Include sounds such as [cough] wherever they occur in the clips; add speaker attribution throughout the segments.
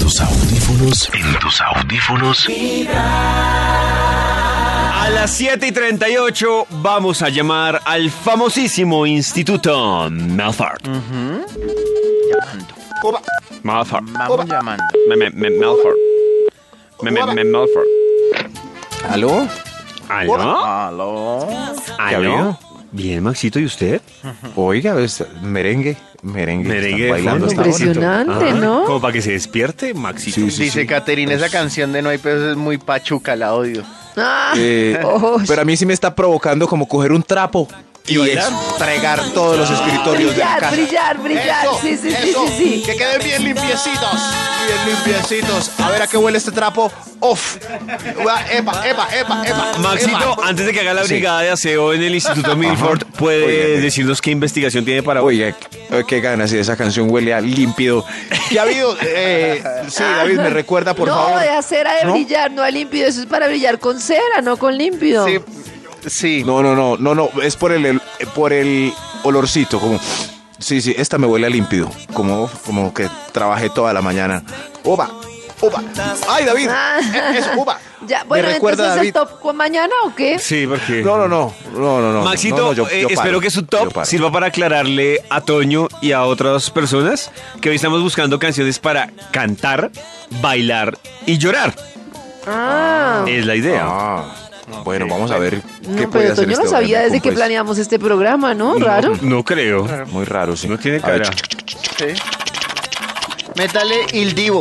Speaker 1: tus audífonos. En tus audífonos.
Speaker 2: A las 7 y 38 vamos a llamar al famosísimo Instituto Melford.
Speaker 3: Llamando. Oba,
Speaker 2: Melford.
Speaker 3: vamos llamando.
Speaker 2: Me- me- me- Melford. Me- me- me- Melford.
Speaker 4: ¿Aló?
Speaker 2: ¿Aló?
Speaker 3: Aló.
Speaker 4: ¿Qué
Speaker 2: ¿Aló?
Speaker 4: había?
Speaker 2: Bien, Maxito, ¿y usted?
Speaker 4: Oiga, es merengue, merengue. que
Speaker 2: Merengue de
Speaker 4: están bailando
Speaker 2: fondo.
Speaker 4: hasta ahora.
Speaker 5: Impresionante,
Speaker 2: Ah,
Speaker 5: ¿no?
Speaker 2: Como para que se despierte, Maxito.
Speaker 4: Sí, Pues sí,
Speaker 3: Dice Caterina, esa canción de No hay pesos es muy pachuca, la odio.
Speaker 5: Ah,
Speaker 4: Eh,
Speaker 5: oh,
Speaker 4: pero a mí sí me está provocando como coger un trapo y,
Speaker 3: bailar?
Speaker 4: estregar todos los escritorios de la
Speaker 5: brillar,
Speaker 4: casa.
Speaker 5: brillar, brillar.
Speaker 4: Eso,
Speaker 5: sí, sí,
Speaker 4: eso,
Speaker 5: sí, sí, sí.
Speaker 4: Que queden bien limpiecitos. Bien limpiecitos. A ver a qué huele este trapo. Off. Ua, Epa, epa, epa, epa.
Speaker 2: Maxito,
Speaker 4: epa.
Speaker 2: antes de que haga la
Speaker 4: Sí.
Speaker 2: brigada de aseo en el Instituto Milford, ¿puede
Speaker 4: Oiga,
Speaker 2: decirnos qué investigación tiene para hoy?
Speaker 4: Oiga, qué- qué ganas y esa canción huele a límpido. ¿Qué ha habido? Eh, sí, David, me recuerda, por
Speaker 5: no,
Speaker 4: favor.
Speaker 5: de a cera de
Speaker 4: ¿No?
Speaker 5: brillar, no a límpido. Eso es para brillar con cera, no con límpido.
Speaker 3: Sí. Sí.
Speaker 4: No, no, no, no, no, es por el, el- por el olorcito, como. Sí, sí, esta me huele a límpido, como, como que trabajé toda la mañana. Oba, oba. Ay, David,
Speaker 5: Ah.
Speaker 4: eh, eso, oba.
Speaker 5: [laughs] Ya,
Speaker 4: Me
Speaker 5: bueno,
Speaker 4: recuerda,
Speaker 5: entonces el
Speaker 4: David.
Speaker 5: top con mañana o qué?
Speaker 2: Sí, porque...
Speaker 4: No, no, no, no, no, no.
Speaker 2: Maxito,
Speaker 4: no, no, yo-
Speaker 2: eh,
Speaker 4: yo paro,
Speaker 2: espero que su
Speaker 4: yo
Speaker 2: top
Speaker 4: paro.
Speaker 2: sirva para aclararle a Toño y a otras personas que hoy estamos buscando canciones para cantar, bailar y llorar.
Speaker 5: Ah.
Speaker 2: Es la idea.
Speaker 4: Ah, bueno, vamos a ver qué
Speaker 5: No,
Speaker 4: puede
Speaker 5: pero
Speaker 4: hacer
Speaker 5: Toño
Speaker 4: este
Speaker 5: lo sabía
Speaker 4: hombre
Speaker 5: desde
Speaker 4: con
Speaker 5: que
Speaker 4: Prince.
Speaker 5: planeamos este programa, ¿no? Raro.
Speaker 2: No creo.
Speaker 4: Muy raro, sí.
Speaker 2: No tiene
Speaker 4: A ver, [laughs]
Speaker 2: cara.
Speaker 4: chuc, chuc, chuc,
Speaker 3: Sí. Métale Il Divo.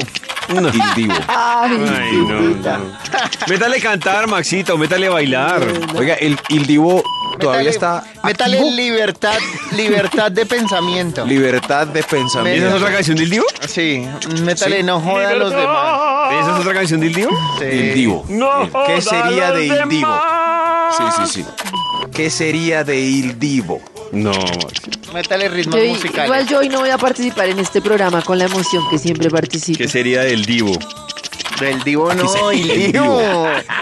Speaker 4: il divo.
Speaker 5: Ay,
Speaker 2: Ay, no, no. Métale cantar, Maxito, métale bailar.
Speaker 4: Oiga, el, il divo todavía
Speaker 3: Métale-
Speaker 4: está.
Speaker 3: Métale
Speaker 4: activo.
Speaker 3: libertad, libertad de pensamiento.
Speaker 4: Libertad de
Speaker 2: ¿Esa es
Speaker 4: pensamiento.
Speaker 2: otra canción del Divo?
Speaker 3: Sí, métale no joda a los demás.
Speaker 2: ¿Esa es otra canción del Divo?
Speaker 3: Sí.
Speaker 4: Il divo. ¿Qué sería de il divo? Sí, sí, sí. ¿Qué sería de Il Divo?
Speaker 2: No, Maxito.
Speaker 3: Métale ritmos
Speaker 5: yo-
Speaker 3: musicales.
Speaker 5: igual yo hoy no voy a participar en este programa con la emoción que siempre participo.
Speaker 2: ¿Qué sería del Divo?
Speaker 3: Del Divo no,
Speaker 4: Dice,
Speaker 3: el
Speaker 4: el
Speaker 3: Divo.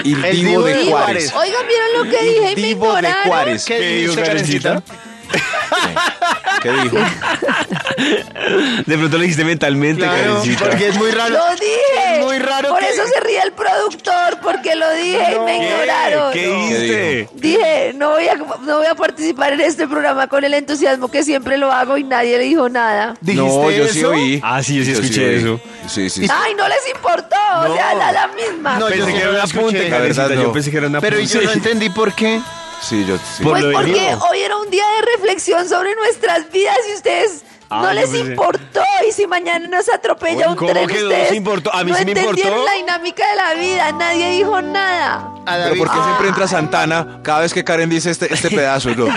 Speaker 4: Divo. El Divo de Juárez.
Speaker 5: Oigan, ¿vieron lo que dije? Y me
Speaker 4: Divo de
Speaker 5: ignoraron.
Speaker 4: Juárez.
Speaker 3: ¿Qué dice Karencita?
Speaker 4: ¿Qué dijo?
Speaker 2: De pronto lo hiciste mentalmente,
Speaker 3: Claro,
Speaker 2: Karencita.
Speaker 3: porque es muy raro.
Speaker 5: Lo dije.
Speaker 3: Es muy raro
Speaker 5: Por
Speaker 3: que-
Speaker 5: eso se ríe el productor, porque lo dije y me
Speaker 2: ¿Qué?
Speaker 5: ignoraron.
Speaker 2: ¿Qué
Speaker 5: No.
Speaker 2: hiciste?
Speaker 5: Dije, no voy, a, no voy a participar en este programa con el entusiasmo que siempre lo hago y nadie le dijo nada.
Speaker 3: ¿Dijiste
Speaker 4: no, yo sí
Speaker 3: eso?
Speaker 4: oí.
Speaker 2: Ah, sí, yo sí escuché
Speaker 4: oí.
Speaker 2: eso.
Speaker 4: Sí, sí. sí.
Speaker 5: Ay, no les importó, o sea, la, la misma. Pues,
Speaker 3: No,
Speaker 2: Pensé
Speaker 3: yo
Speaker 2: que
Speaker 3: sí
Speaker 2: era
Speaker 3: lo
Speaker 2: un
Speaker 3: escuché.
Speaker 2: apunte,
Speaker 4: La verdad,
Speaker 2: Karencita. Yo
Speaker 4: no.
Speaker 2: pensé que era un apunte.
Speaker 3: Pero yo no entendí por qué.
Speaker 4: Sí, yo sí.
Speaker 2: Por-
Speaker 5: pues
Speaker 2: lo de
Speaker 5: porque
Speaker 2: Diego.
Speaker 5: hoy era un día de reflexión sobre nuestras vidas y ustedes
Speaker 2: Ah,
Speaker 5: no
Speaker 2: yo
Speaker 5: les
Speaker 2: pensé-
Speaker 5: importó y si mañana nos atropella
Speaker 2: Uy,
Speaker 5: un
Speaker 2: ¿cómo
Speaker 5: tren
Speaker 2: que no
Speaker 5: ustedes
Speaker 2: nos importó? A mí
Speaker 5: no
Speaker 2: sí me importó.
Speaker 5: entendieron la dinámica de la vida, nadie dijo nada.
Speaker 3: A
Speaker 4: [laughs] Pero
Speaker 3: David, Ah.
Speaker 4: ¿por qué siempre entra Santana cada vez que Karen dice este, este pedazo? No.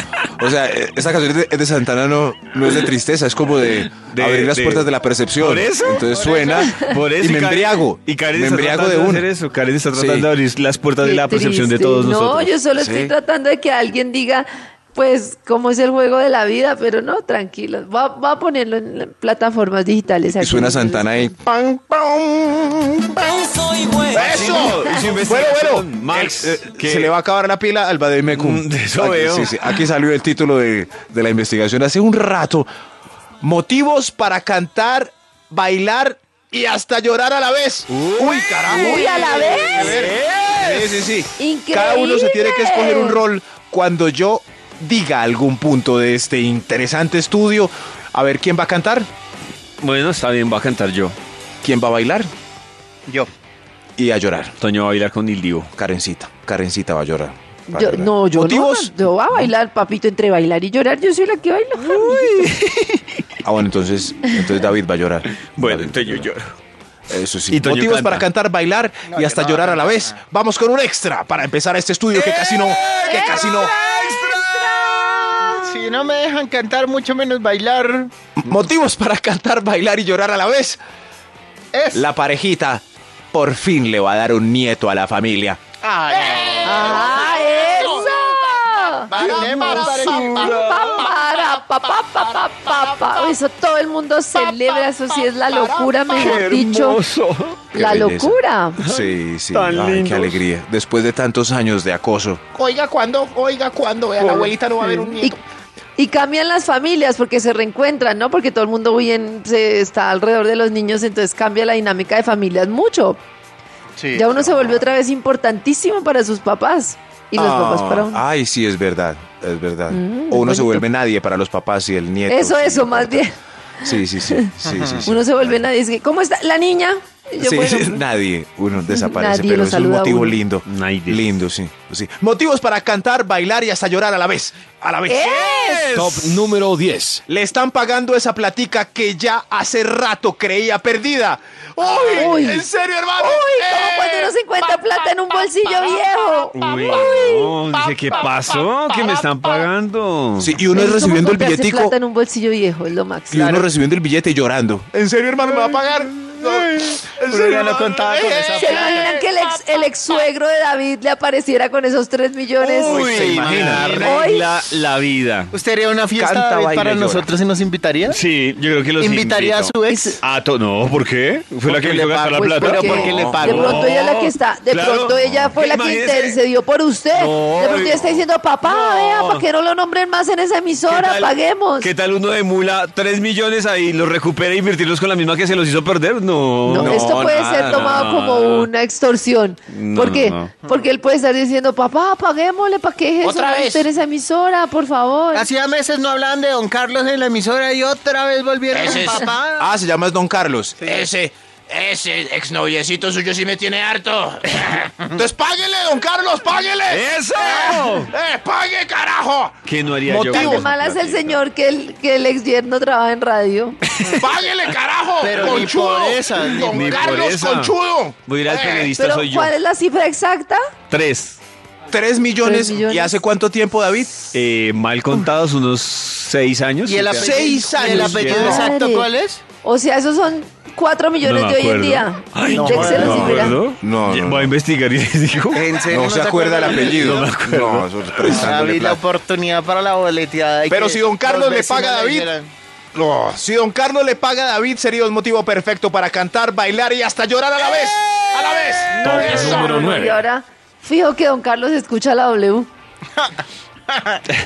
Speaker 4: O sea, eh, esa canción es de, es de Santana no, no es de tristeza, es como de,
Speaker 2: De-
Speaker 4: abrir las
Speaker 2: de-
Speaker 4: puertas de la percepción.
Speaker 2: ¿Por eso?
Speaker 4: Entonces suena
Speaker 2: Por eso
Speaker 4: y me
Speaker 2: Karen-
Speaker 4: embriago.
Speaker 2: Y Karen
Speaker 4: me
Speaker 2: está
Speaker 4: embriago
Speaker 2: tratando
Speaker 4: de
Speaker 2: de
Speaker 4: uno.
Speaker 2: hacer eso. Karen está tratando
Speaker 4: Sí.
Speaker 2: de abrir las puertas de
Speaker 5: Qué
Speaker 2: la percepción de
Speaker 5: triste.
Speaker 2: todos
Speaker 5: no,
Speaker 2: nosotros.
Speaker 5: yo solo
Speaker 4: Sí.
Speaker 5: estoy tratando de que alguien diga, pues, cómo es el juego de la vida, pero no, tranquilo. Va, va a ponerlo en las plataformas digitales.
Speaker 4: Y
Speaker 5: aquí,
Speaker 4: suena
Speaker 5: entonces-
Speaker 4: Santana ahí.
Speaker 2: ¡Eso! Y su investigación, Max,
Speaker 4: Eh,
Speaker 2: que-
Speaker 4: Se le va a acabar la pila al Bademecum.
Speaker 2: Mm, de eso
Speaker 4: Aquí-
Speaker 2: veo.
Speaker 4: sí, sí, aquí salió el título de, de la investigación hace un rato. Motivos para cantar, bailar y hasta llorar a la vez. ¡Uy, carajo!
Speaker 5: Uy, a la
Speaker 4: Sí,
Speaker 5: vez.
Speaker 4: sí, sí.
Speaker 5: Increíble.
Speaker 4: Cada uno se tiene que escoger un rol cuando yo diga algún punto de este interesante estudio. A ver, ¿quién va a cantar?
Speaker 2: Bueno, está bien, va a cantar yo.
Speaker 4: ¿Quién va a bailar?
Speaker 3: yo.
Speaker 4: Y a llorar.
Speaker 2: Toño va a bailar con Il Divo.
Speaker 4: Karencita. Karencita va a llorar. Va a
Speaker 5: Yo-
Speaker 4: llorar.
Speaker 5: no, yo
Speaker 4: ¿Motivos?
Speaker 5: no. Yo voy a bailar, papito, entre bailar y llorar. Yo soy la que baila.
Speaker 4: Ah, bueno, entonces, entonces David va a llorar.
Speaker 2: Bueno,
Speaker 4: David
Speaker 2: entonces yo
Speaker 4: va a llorar.
Speaker 2: lloro.
Speaker 4: Eso sí.
Speaker 2: Y Toño
Speaker 4: Motivos
Speaker 2: canta.
Speaker 4: para cantar, bailar
Speaker 3: No,
Speaker 4: y
Speaker 3: yo
Speaker 4: hasta
Speaker 3: no,
Speaker 4: llorar
Speaker 3: no,
Speaker 4: a la
Speaker 3: no,
Speaker 4: vez. Vamos con un extra para empezar este estudio que casi no, que casi no.
Speaker 3: Si no me dejan cantar, mucho menos bailar.
Speaker 4: Motivos para cantar, bailar y llorar a la vez.
Speaker 3: Es.
Speaker 4: La parejita por fin le va a dar un nieto a la familia.
Speaker 3: Ay,
Speaker 5: [laughs] ¡Ah, eso!
Speaker 3: vale, más parecido.
Speaker 5: Papara, pa, pa, pa, pa, pa, pa. Eso todo el mundo celebra, eso sí es la locura, mejor dicho.
Speaker 4: Qué
Speaker 5: La
Speaker 4: belleza.
Speaker 5: locura.
Speaker 4: Sí, sí.
Speaker 2: Tan
Speaker 4: Ay,
Speaker 2: lindos.
Speaker 4: qué alegría. Después de tantos años de acoso.
Speaker 6: Oiga, ¿cuándo? Oiga, ¿cuándo? Vea, la abuelita no va a ver un
Speaker 5: Y
Speaker 6: nieto.
Speaker 5: Y cambian las familias porque se reencuentran, ¿no? Porque todo el mundo hoy en- se está alrededor de los niños, entonces cambia la dinámica de familias mucho.
Speaker 3: Sí.
Speaker 5: ya uno se volvió otra vez importantísimo para sus papás y los
Speaker 4: Ah,
Speaker 5: papás para uno.
Speaker 4: Ay, sí, es verdad, es verdad.
Speaker 5: Mm,
Speaker 4: o uno se
Speaker 5: bonito.
Speaker 4: vuelve nadie para los papás y el nieto.
Speaker 5: Eso,
Speaker 4: sí,
Speaker 5: eso, más
Speaker 4: importa.
Speaker 5: bien.
Speaker 4: Sí, sí, sí. sí, sí, sí.
Speaker 5: Uno se vuelve nadie. Es que, ¿Cómo está la niña? Y yo,
Speaker 4: Sí,
Speaker 5: bueno,
Speaker 4: sí, [laughs] nadie,
Speaker 5: [laughs]
Speaker 4: uno desaparece,
Speaker 5: Nadie
Speaker 4: pero
Speaker 5: lo
Speaker 4: es un
Speaker 5: saluda a
Speaker 4: motivo
Speaker 5: uno.
Speaker 4: lindo.
Speaker 2: Nadie.
Speaker 4: Lindo, sí, sí. Motivos para cantar, bailar y hasta llorar a la vez. A la vez.
Speaker 5: ¡Es!
Speaker 6: Top número 10.
Speaker 4: Le están pagando esa platica que ya hace rato creía perdida. ¡Uy!
Speaker 5: Uy.
Speaker 4: ¿En serio, hermano?
Speaker 5: Uy, ¿cómo
Speaker 4: ¡Eh!
Speaker 5: cuando uno se encuentra plata en un bolsillo viejo?
Speaker 2: Uy, no, dice, ¿qué pasó? ¿Qué me están pagando?
Speaker 4: Sí, y uno es
Speaker 5: ¿Cómo
Speaker 4: recibiendo el
Speaker 5: comprarse
Speaker 4: billetico
Speaker 5: plata en un bolsillo viejo, es lo máximo.
Speaker 4: y uno recibiendo el billete y llorando. ¿En serio, hermano, me va a pagar? No. ¿En
Speaker 3: Uno ya no
Speaker 4: hermano?
Speaker 3: contaba con
Speaker 4: ¡Eh!
Speaker 3: esa
Speaker 5: ¿Se imaginan que el ex, el ex suegro de David le apareciera con esos 3 millones?
Speaker 3: Uy,
Speaker 2: Se imagina,
Speaker 3: Hoy-
Speaker 2: regla la vida.
Speaker 3: ¿Usted haría una fiesta
Speaker 4: Canta,
Speaker 3: David,
Speaker 4: baila
Speaker 3: para
Speaker 4: y llora.
Speaker 3: nosotros y nos invitaría?
Speaker 2: Sí, yo creo que los
Speaker 3: ¿Invitaría
Speaker 2: invito.
Speaker 3: a su ex?
Speaker 2: Ah, to- no, ¿por qué? ¿Fue la
Speaker 3: Porque
Speaker 2: que me
Speaker 3: le
Speaker 2: hizo gastar la
Speaker 3: pagó,
Speaker 2: plata?
Speaker 3: pero
Speaker 5: Pues porque
Speaker 3: le
Speaker 5: de
Speaker 3: pagó.
Speaker 5: pronto ella es la que está, de
Speaker 2: Claro.
Speaker 5: pronto ella fue la que
Speaker 2: Imagínese.
Speaker 5: intercedió por usted.
Speaker 2: No,
Speaker 5: de pronto ella está diciendo, papá,
Speaker 2: no.
Speaker 5: vea, para que no lo nombren más en esa
Speaker 2: ¿Qué
Speaker 5: emisora,
Speaker 2: tal-
Speaker 5: paguemos.
Speaker 2: ¿Qué tal uno emula 3 millones ahí, los recupera e invertirlos con la misma que se los hizo perder? No.
Speaker 5: No,
Speaker 4: No,
Speaker 5: esto puede
Speaker 4: nada,
Speaker 5: ser tomado
Speaker 2: nada.
Speaker 5: como una extorsión.
Speaker 2: No,
Speaker 5: ¿Por qué?
Speaker 2: no.
Speaker 5: Porque él puede estar diciendo, papá, paguémosle, ¿para qué es eso?
Speaker 3: Otra
Speaker 5: No
Speaker 3: vez.
Speaker 5: esté en esa emisora, por favor.
Speaker 3: Hacía meses no hablaban de Don Carlos en la emisora y otra vez volvieron
Speaker 7: Ese es-
Speaker 3: papá.
Speaker 4: Ah, se llama es Don Carlos.
Speaker 7: Ese, ese exnoviecito suyo sí me tiene harto.
Speaker 4: Entonces páguele, don Carlos, páguele.
Speaker 2: ¡Eso!
Speaker 4: ¡Eh, pague, carajo!
Speaker 2: ¿Qué no haría yo?
Speaker 4: Motivo.
Speaker 5: Tan de malas el señor que el, que el ex yerno trabaja
Speaker 2: [laughs]
Speaker 5: en radio.
Speaker 4: ¡Páguele, carajo!
Speaker 3: Pero ni
Speaker 4: ¡Conchudo!
Speaker 3: por esa, ni-
Speaker 4: ¡Don
Speaker 2: ni por
Speaker 4: Carlos
Speaker 2: esa.
Speaker 4: Conchudo!
Speaker 2: Voy a ir al
Speaker 4: Eh,
Speaker 2: periodista,
Speaker 5: Pero
Speaker 2: soy yo.
Speaker 5: ¿cuál es la cifra exacta?
Speaker 2: Tres.
Speaker 4: Tres millones.
Speaker 5: Tres millones.
Speaker 4: ¿Y hace cuánto tiempo, David?
Speaker 2: Eh, mal contados, unos seis años.
Speaker 3: ¿Y el apellido,
Speaker 4: Seis
Speaker 3: ¿y el
Speaker 4: años,
Speaker 3: apellido
Speaker 5: viejo.
Speaker 3: exacto
Speaker 5: Madre.
Speaker 3: cuál es?
Speaker 5: O sea, esos son 4 millones
Speaker 2: No me
Speaker 5: de hoy en
Speaker 2: acuerdo.
Speaker 5: día.
Speaker 2: Ay,
Speaker 5: no,
Speaker 2: no,
Speaker 5: Jack se
Speaker 2: me
Speaker 5: los dirá.
Speaker 2: acuerdo.
Speaker 4: No, no,
Speaker 2: Voy
Speaker 4: no.
Speaker 2: a investigar y [laughs] les digo.
Speaker 4: No se acuerda el apellido. No, Ah, eso es prestándole
Speaker 3: David, la
Speaker 4: plata.
Speaker 3: oportunidad para la boleteada. y
Speaker 4: Pero
Speaker 3: que
Speaker 4: si don Carlos
Speaker 3: los
Speaker 4: le paga a
Speaker 3: vecinos
Speaker 4: David.
Speaker 3: dijeran,
Speaker 4: No, si don Carlos le paga a David, sería un motivo perfecto para cantar, bailar y hasta llorar a la vez. ¡A la vez!
Speaker 6: Top
Speaker 4: Eso.
Speaker 6: número
Speaker 5: Y
Speaker 6: 9.
Speaker 5: ahora, fijo que don Carlos escucha la W.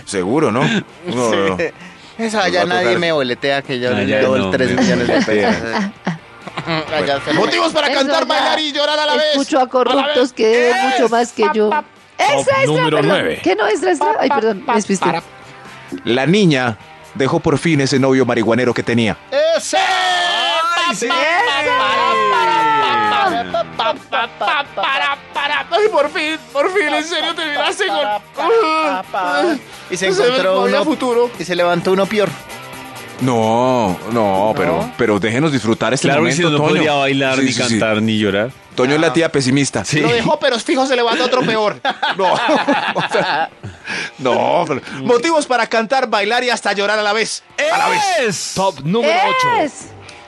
Speaker 4: Seguro, [laughs] ¿no? No, no, no.
Speaker 3: [laughs] Esa ya
Speaker 4: Nos va a
Speaker 3: nadie
Speaker 4: tocar.
Speaker 3: me boletea que yo
Speaker 2: Ah,
Speaker 3: le
Speaker 2: ya
Speaker 3: llevo
Speaker 2: no,
Speaker 3: el 3
Speaker 2: me-
Speaker 3: millones de pesos. [laughs] Allá se lo-
Speaker 4: Motivos para
Speaker 5: Eso
Speaker 4: cantar,
Speaker 5: ya
Speaker 4: bailar y llorar a la vez.
Speaker 5: Escucho a corruptos que deben mucho más que yo. Extra, extra,
Speaker 6: número
Speaker 5: perdón.
Speaker 6: nueve.
Speaker 5: ¿Qué no extra, extra? Ay, perdón, me despisté.
Speaker 4: La niña dejó por fin ese novio marihuanero que tenía.
Speaker 3: ¡Ese!
Speaker 7: Ay, por fin, por fin, en serio terminaste con.
Speaker 3: Y se
Speaker 7: Ese
Speaker 3: encontró
Speaker 7: me voy a
Speaker 3: uno
Speaker 7: futuro.
Speaker 3: y se levantó uno peor.
Speaker 4: No, no, pero, pero déjenos disfrutar este
Speaker 2: Claro que si no,
Speaker 4: momento,
Speaker 2: no
Speaker 4: Toño.
Speaker 2: podría bailar,
Speaker 4: Sí,
Speaker 2: ni
Speaker 4: sí, sí.
Speaker 2: cantar, ni llorar.
Speaker 4: Toño
Speaker 5: Ah.
Speaker 4: es la tía pesimista.
Speaker 2: Sí.
Speaker 4: Lo dejó,
Speaker 7: pero fijo se levanta otro peor.
Speaker 4: No. O sea, no, pero- motivos para cantar, bailar y hasta
Speaker 3: [laughs]
Speaker 4: llorar a la vez. A la vez.
Speaker 6: Top número 8.
Speaker 5: Es.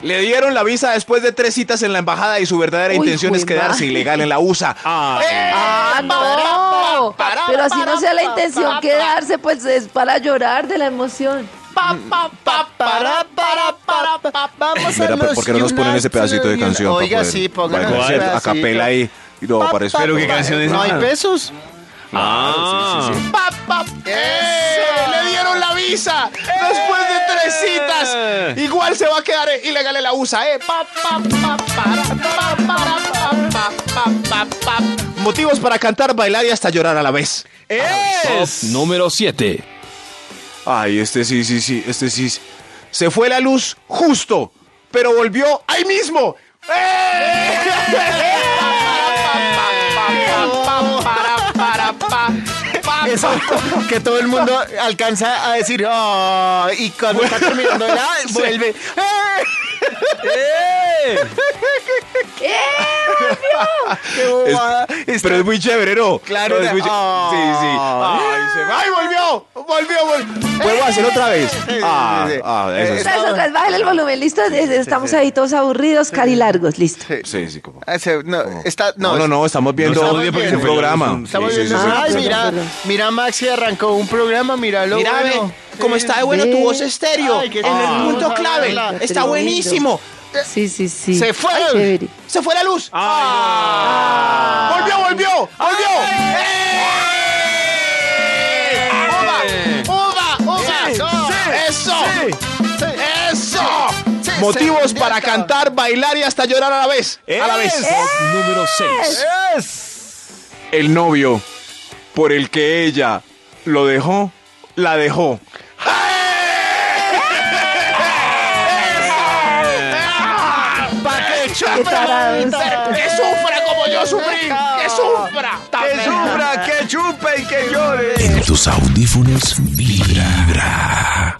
Speaker 4: Le dieron la visa después de tres citas en la embajada y su verdadera
Speaker 5: Uy,
Speaker 4: intención es
Speaker 5: jue
Speaker 4: quedarse
Speaker 5: madre.
Speaker 4: ilegal en la USA.
Speaker 5: Ah, no. Pero así no sea la intención quedarse, pues es para llorar de la emoción.
Speaker 3: Para, para, para, para, vamos a
Speaker 4: Mira, pero
Speaker 3: los
Speaker 4: ¿por qué no nos ponen ese pedacito de
Speaker 3: United-
Speaker 4: canción? para
Speaker 3: Oiga,
Speaker 4: poder
Speaker 3: sí, pónganos
Speaker 4: bailar?
Speaker 3: ese
Speaker 2: ¿Cuál?
Speaker 4: A
Speaker 3: pedacito.
Speaker 4: capela ahí. Y no, para eso.
Speaker 2: Pero qué canción es
Speaker 3: No hay
Speaker 2: esa?
Speaker 3: pesos.
Speaker 2: Ah, sí, sí, sí.
Speaker 4: ¡Le dieron la visa! Después de tres
Speaker 2: Eh.
Speaker 4: citas. Igual se va a quedar ilegal en la USA, ¿eh? Pa, pa, pa, para, pa, para, pa, pa, pa, pa, pa. Motivos para cantar, bailar y hasta llorar a la vez.
Speaker 6: Top número 7.
Speaker 4: Ay, este sí, sí, sí, este sí. sí. Se fue la luz justo, pero volvió ahí mismo. ¡Eh!
Speaker 3: Eso, que todo el mundo alcanza a decir, "Ah", y cuando está terminando
Speaker 4: [laughs]
Speaker 3: el "ah", vuelve. "Ah". ¡Qué bobada! Está-
Speaker 4: Pero es muy chévere, ¿no?
Speaker 3: Claro,
Speaker 4: No, es
Speaker 3: la-
Speaker 4: muy ché-
Speaker 3: ¡Ah!
Speaker 4: Sí, sí. Ay, se va. ¡Ay, volvió! ¡Volvió, volvió! Vuelvo a hacer otra vez. Ah,
Speaker 3: sí, sí.
Speaker 4: ah, eso
Speaker 5: Eso es otra vez, bájale el volumen, listo. Estamos ahí todos aburridos, carilargos, listo.
Speaker 4: es- Sí, sí, como.
Speaker 3: Ah, se- no, está-
Speaker 4: No, no, no, estamos viendo
Speaker 2: estamos
Speaker 4: un
Speaker 2: bien porque se fue la
Speaker 4: programa.
Speaker 2: luz.
Speaker 3: Estamos
Speaker 4: Sí, sí,
Speaker 3: viendo.
Speaker 4: sí, sí.
Speaker 3: Ay,
Speaker 5: perdón,
Speaker 3: mira,
Speaker 5: perdón.
Speaker 3: mira, Maxi arrancó un programa, míralo.
Speaker 7: Mira, ve,
Speaker 3: bueno.
Speaker 7: cómo está de bueno tu
Speaker 5: Ve.
Speaker 7: voz estéreo.
Speaker 3: Ay, qué
Speaker 7: en el
Speaker 3: tal.
Speaker 7: punto clave.
Speaker 3: Hola.
Speaker 7: Está
Speaker 5: Tremendo.
Speaker 7: buenísimo.
Speaker 5: Sí, sí, sí.
Speaker 3: Se fue.
Speaker 5: Ay, chévere.
Speaker 7: Se fue la luz.
Speaker 3: Ah.
Speaker 4: ¡Volvió, volvió! ¡Volvió! ¡Eh!
Speaker 7: ¡Oba! ¡Oba! ¡Oba! Motivos para cantar, bailar y hasta llorar a la vez. A la vez.
Speaker 8: Número 6.
Speaker 7: El novio por el que ella lo dejó, la dejó.
Speaker 9: ¿Para qué
Speaker 5: Qué tarados.
Speaker 7: ¡Que sufra como yo sufrí! ¡Que sufra!
Speaker 2: Que sufra, que chupe y que llore.
Speaker 1: En tus audífonos vibra.